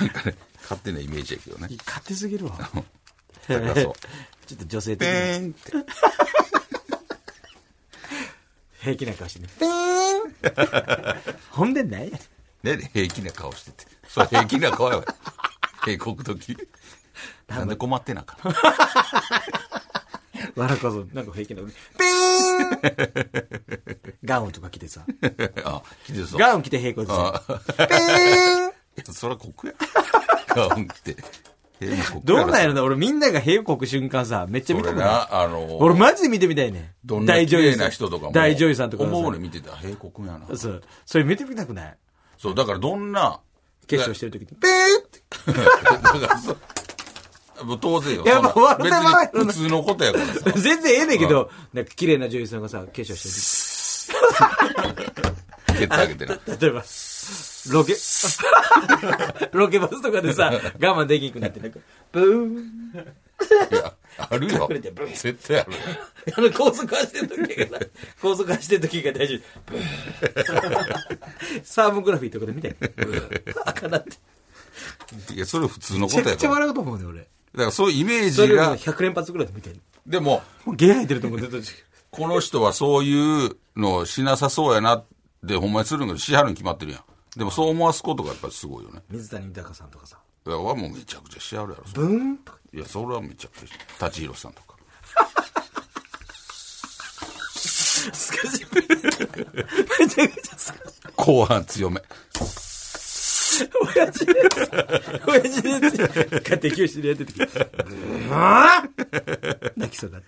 [SPEAKER 2] なんかね、勝手なイメージやけどね。
[SPEAKER 1] 勝手すぎるわ
[SPEAKER 2] 高そう。
[SPEAKER 1] ちょっと女性
[SPEAKER 2] ペ
[SPEAKER 1] 的な
[SPEAKER 2] ーンって。
[SPEAKER 1] 平気な顔してねピーンほんでないや
[SPEAKER 2] ね、平気な顔してて。それ平気な顔やわ。平国時。なんで困ってなかった
[SPEAKER 1] わらこそなんか平気なピーンガウンとか着てさ
[SPEAKER 2] あ、来てそう。
[SPEAKER 1] ガウン着て平行でさ
[SPEAKER 2] いやそら国や。ガウン着て。平の国
[SPEAKER 1] どうなんやろ
[SPEAKER 2] な
[SPEAKER 1] な俺みんなが平行く瞬間さめっちゃ見た
[SPEAKER 2] 俺
[SPEAKER 1] くな
[SPEAKER 2] な、あの
[SPEAKER 1] い俺マジで見てみたいね
[SPEAKER 2] どんな綺麗な
[SPEAKER 1] 大
[SPEAKER 2] 人とかも。
[SPEAKER 1] 大女優さんとかさ
[SPEAKER 2] 思うね、見てたら、平国やな。
[SPEAKER 1] そうそれ見てみたくない
[SPEAKER 2] そう、だからどんな。
[SPEAKER 1] 決勝してる時に
[SPEAKER 2] ペーって。だからそうもう当然よ。
[SPEAKER 1] やっぱ
[SPEAKER 2] そんな
[SPEAKER 1] 笑ってまうやろ
[SPEAKER 2] 別
[SPEAKER 1] な
[SPEAKER 2] に普通のことやからさ。
[SPEAKER 1] 全然ええねんけど、なんか綺麗な女優さんがさ、化粧し
[SPEAKER 2] ケツ上げてな。
[SPEAKER 1] てる。例えば、ロ ケ、ロケバスとかでさ、我慢できんくなって、なんか、ブーン。
[SPEAKER 2] いや、あるよ
[SPEAKER 1] 隠れてブー。
[SPEAKER 2] 絶対あるよ。
[SPEAKER 1] あの、高速走ってる時がさ、高速走ってる時が大事。ブーン。サーモグラフィーとかで見て。ブーン。あかなって。
[SPEAKER 2] いや、それ普通のこ
[SPEAKER 1] めちゃ
[SPEAKER 2] と
[SPEAKER 1] く
[SPEAKER 2] やか
[SPEAKER 1] ちゃ
[SPEAKER 2] ら。だ
[SPEAKER 1] 笑うと思うね、俺。
[SPEAKER 2] からそういうイメー
[SPEAKER 1] そ
[SPEAKER 2] ジ
[SPEAKER 1] れを
[SPEAKER 2] が、
[SPEAKER 1] 100連発ぐらいで見てる。
[SPEAKER 2] でも、
[SPEAKER 1] もうゲー入ってると思うね、途中。
[SPEAKER 2] この人はそういうのをしなさそうやなって、ほんまにするんがしはるに決まってるやん。でもそう思わすことがやっぱりすごいよね。
[SPEAKER 1] 水谷豊さんとかさ、
[SPEAKER 2] いや、はもうめちゃくちゃしはるやろ。それ
[SPEAKER 1] ブーン とか。
[SPEAKER 2] いや、それはめちゃくちゃ。舘ひろしさんとか。
[SPEAKER 1] スカジブめちゃくちゃスカジ
[SPEAKER 2] 後半強め。
[SPEAKER 1] 親父のやつ。親父のやつ。家庭教師でやってて。はぁ泣きそうだっ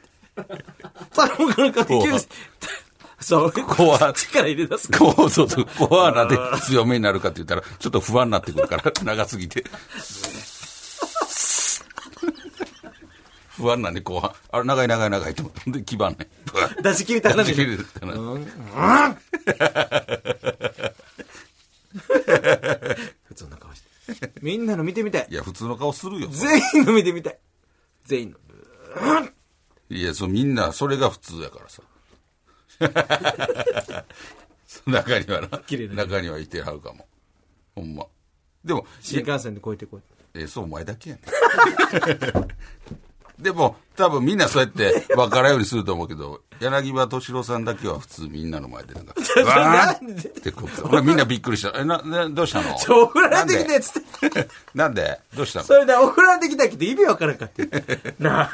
[SPEAKER 1] て。それもこの家庭教師。そう。
[SPEAKER 2] 怖い
[SPEAKER 1] 力入れ出す。
[SPEAKER 2] こう、そうそう、コアラで強めになるかって言ったら、ちょっと不安になってくるから、 長すぎて。不安なんで、後半。あれ、長い長い長いと思って。ほんで、基盤ね。
[SPEAKER 1] 出し切りたな
[SPEAKER 2] 出し切れるってな
[SPEAKER 1] 普通の顔して。みんなの見てみたい
[SPEAKER 2] い。や、普通の顔するよ。
[SPEAKER 1] 全員の見てみたい。全員の。
[SPEAKER 2] いや、そう、みんな、それが普通やから さ。中には
[SPEAKER 1] 綺麗
[SPEAKER 2] な、
[SPEAKER 1] な
[SPEAKER 2] 中にはいてはるかも。ほんま。でも、
[SPEAKER 1] 新幹線で越えてこう。
[SPEAKER 2] えーそうお前だけやね でも多分みんなそうやって分からんようにすると思うけど柳葉敏郎さんだけは普通みんなの前でなんか「わーん!」ってこうほらみんなびっくりした「えななどうしたの?」
[SPEAKER 1] ちょ送られてきたやつって
[SPEAKER 2] なんで なんでどうしたの
[SPEAKER 1] それで送られてきたけど意味わからんかって。なあ。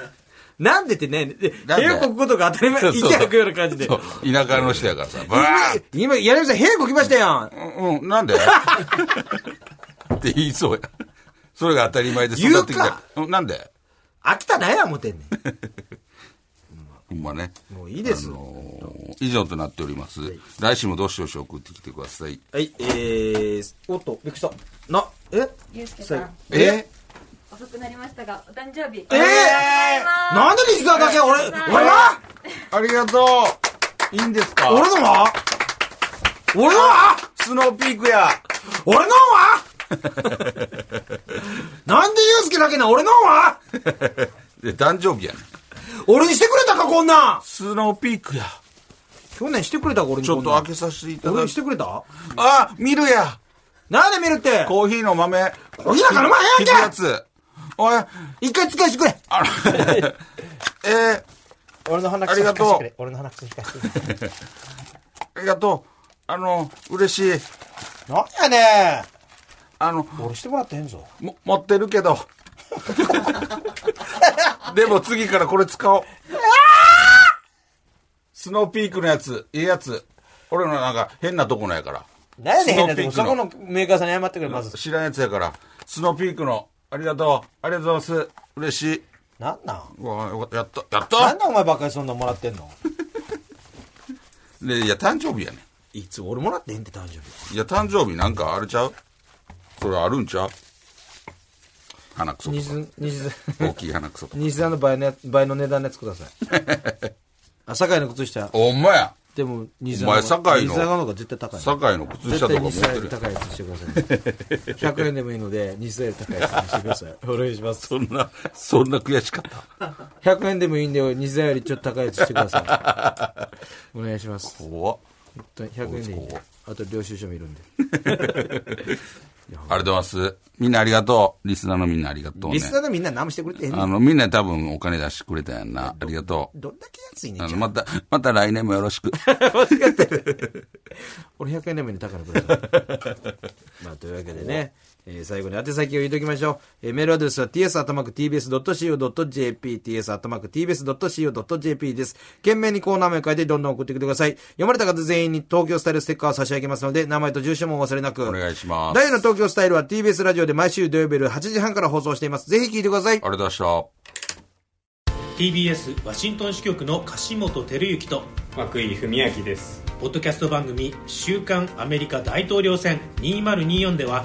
[SPEAKER 1] なんでってね、で
[SPEAKER 2] なんで
[SPEAKER 1] 平国語とか当たり前、
[SPEAKER 2] そうそう
[SPEAKER 1] 息吐くような感じで
[SPEAKER 2] そ。う田舎の人やから さ「わーん!
[SPEAKER 1] 今、今柳さん、平国来ましたよ。
[SPEAKER 2] うん」うん、なんで って言いそうやそれが当たり前で育ってき
[SPEAKER 1] 言う
[SPEAKER 2] た
[SPEAKER 1] か
[SPEAKER 2] 「うんなんで?
[SPEAKER 1] 飽きたなや思てんねん。」
[SPEAKER 2] ほんまね
[SPEAKER 1] もういいです。は
[SPEAKER 2] 以上となっております、来週もどしどし送ってきてください
[SPEAKER 1] い、えー、おっと、びっくりした。な、え
[SPEAKER 3] ゆうすけ
[SPEAKER 1] そ
[SPEAKER 3] さ
[SPEAKER 1] うん
[SPEAKER 2] え
[SPEAKER 3] 遅くなりましたがお誕生日
[SPEAKER 1] えー、なんで西沢だけ俺、俺は
[SPEAKER 2] ありがとう。いいんですか
[SPEAKER 1] 俺のは俺のは
[SPEAKER 2] スノーピークや。
[SPEAKER 1] 俺のはなんで祐介だけな俺のは
[SPEAKER 2] で、誕生日やね。
[SPEAKER 1] 俺にしてくれたかこんなん
[SPEAKER 2] スノーピークや。
[SPEAKER 1] 去年してくれたか俺に
[SPEAKER 2] ちょ
[SPEAKER 1] こ
[SPEAKER 2] っ
[SPEAKER 1] ん
[SPEAKER 2] と
[SPEAKER 1] なん
[SPEAKER 2] 開けさせていただ
[SPEAKER 1] 俺
[SPEAKER 2] い。
[SPEAKER 1] にしててくれた
[SPEAKER 2] あ、見るや。
[SPEAKER 1] なんで見るって
[SPEAKER 2] コーヒーの豆。
[SPEAKER 1] コーヒーなんか飲まへん
[SPEAKER 2] 引く
[SPEAKER 1] や
[SPEAKER 2] や
[SPEAKER 1] んけ
[SPEAKER 2] つ。おい、
[SPEAKER 1] 一回使わしてくれ
[SPEAKER 2] あの、 えー、
[SPEAKER 1] 俺の鼻
[SPEAKER 2] くそありがとう引かしてくれ
[SPEAKER 1] 俺の鼻くそ引かしてくれ
[SPEAKER 2] ありがとあの、嬉しい。
[SPEAKER 1] なんやね
[SPEAKER 2] あの、
[SPEAKER 1] ん。俺してもらってへんぞ。
[SPEAKER 2] も持ってるけど。 でも次からこれ使おう。スノーピークのやつ、ええやつ。俺のなんか変なとこのやから。
[SPEAKER 1] なんやねん、変なとこ。
[SPEAKER 2] スノー
[SPEAKER 1] そ
[SPEAKER 2] ピ
[SPEAKER 1] こ
[SPEAKER 2] ーク
[SPEAKER 1] のメーカーさんに謝ってくれ、まず。
[SPEAKER 2] 知らんやつやから。スノーピークの、ありがとう。ありがとうございます。嬉しい。
[SPEAKER 1] なんなん
[SPEAKER 2] うわよかった。やった。やっ
[SPEAKER 1] なん
[SPEAKER 2] た
[SPEAKER 1] でお前ばっかりそんなんもらってんの
[SPEAKER 2] でいや、誕生日やね
[SPEAKER 1] いつ俺もらってへんって誕生日。
[SPEAKER 2] いや、誕生日なんかあれちゃうそれあるんちゃう鼻くそと
[SPEAKER 1] 西
[SPEAKER 2] か。
[SPEAKER 1] 津、西津、
[SPEAKER 2] 大 きい鼻くそとか。
[SPEAKER 1] 西津さんの倍のや倍の値段のやつください。 あ、堺の靴下。
[SPEAKER 2] お前や。
[SPEAKER 1] でも、西
[SPEAKER 2] お前堺の
[SPEAKER 1] 西津さんの方が絶対高い。
[SPEAKER 2] 堺の靴
[SPEAKER 1] 絶
[SPEAKER 2] 下と
[SPEAKER 1] 対
[SPEAKER 2] か持っ
[SPEAKER 1] 西
[SPEAKER 2] て
[SPEAKER 1] 沢よ
[SPEAKER 2] る
[SPEAKER 1] り
[SPEAKER 2] やん。
[SPEAKER 1] 高いやつにしてください、100円でも いいので西沢より高いやつにしてくださいお願いします
[SPEAKER 2] そんな、そんな悔しかった。
[SPEAKER 1] 100円でもいいんで西沢よりちょっと高いやつにしてくださ いお願いします
[SPEAKER 2] 怖っ
[SPEAKER 1] 本当に100円でいいんであと領収書もいるんで
[SPEAKER 2] ありがとうございます。みんなありがとう。リスナーのみんなありがとうね
[SPEAKER 1] リ。スナーのみんな何もしてくれてへんね
[SPEAKER 2] あ
[SPEAKER 1] ん
[SPEAKER 2] の、みんな多分お金出してくれたやんな。ありがとう。
[SPEAKER 1] どんだけ安いね
[SPEAKER 2] あ
[SPEAKER 1] んじ
[SPEAKER 2] の、
[SPEAKER 1] ゃん
[SPEAKER 2] また、また来年もよろし く。
[SPEAKER 1] 俺100円でもいいので高いのく ださいまあというわけでね、えー最後に宛先を言いときましょう、えーメールアドレスは ts.tbs.co.jp ts.tbs.co.jp です懸命にコーナー名を書いてどんどん送ってきてください読まれた方全員に東京スタイルステッカーを差し上げますので名前と住所もお忘れなく
[SPEAKER 2] お願いします
[SPEAKER 1] 第の東京スタイルは TBS ラジオで毎週土曜日夜8時半から放送していますぜひ聞いてくださ
[SPEAKER 2] あ
[SPEAKER 1] い
[SPEAKER 2] りがとうございました。
[SPEAKER 4] TBS ワシントン支局の樫本照之と
[SPEAKER 5] 涌井文明です
[SPEAKER 4] ポッドキャスト番組「週刊アメリカ大統領選2024」では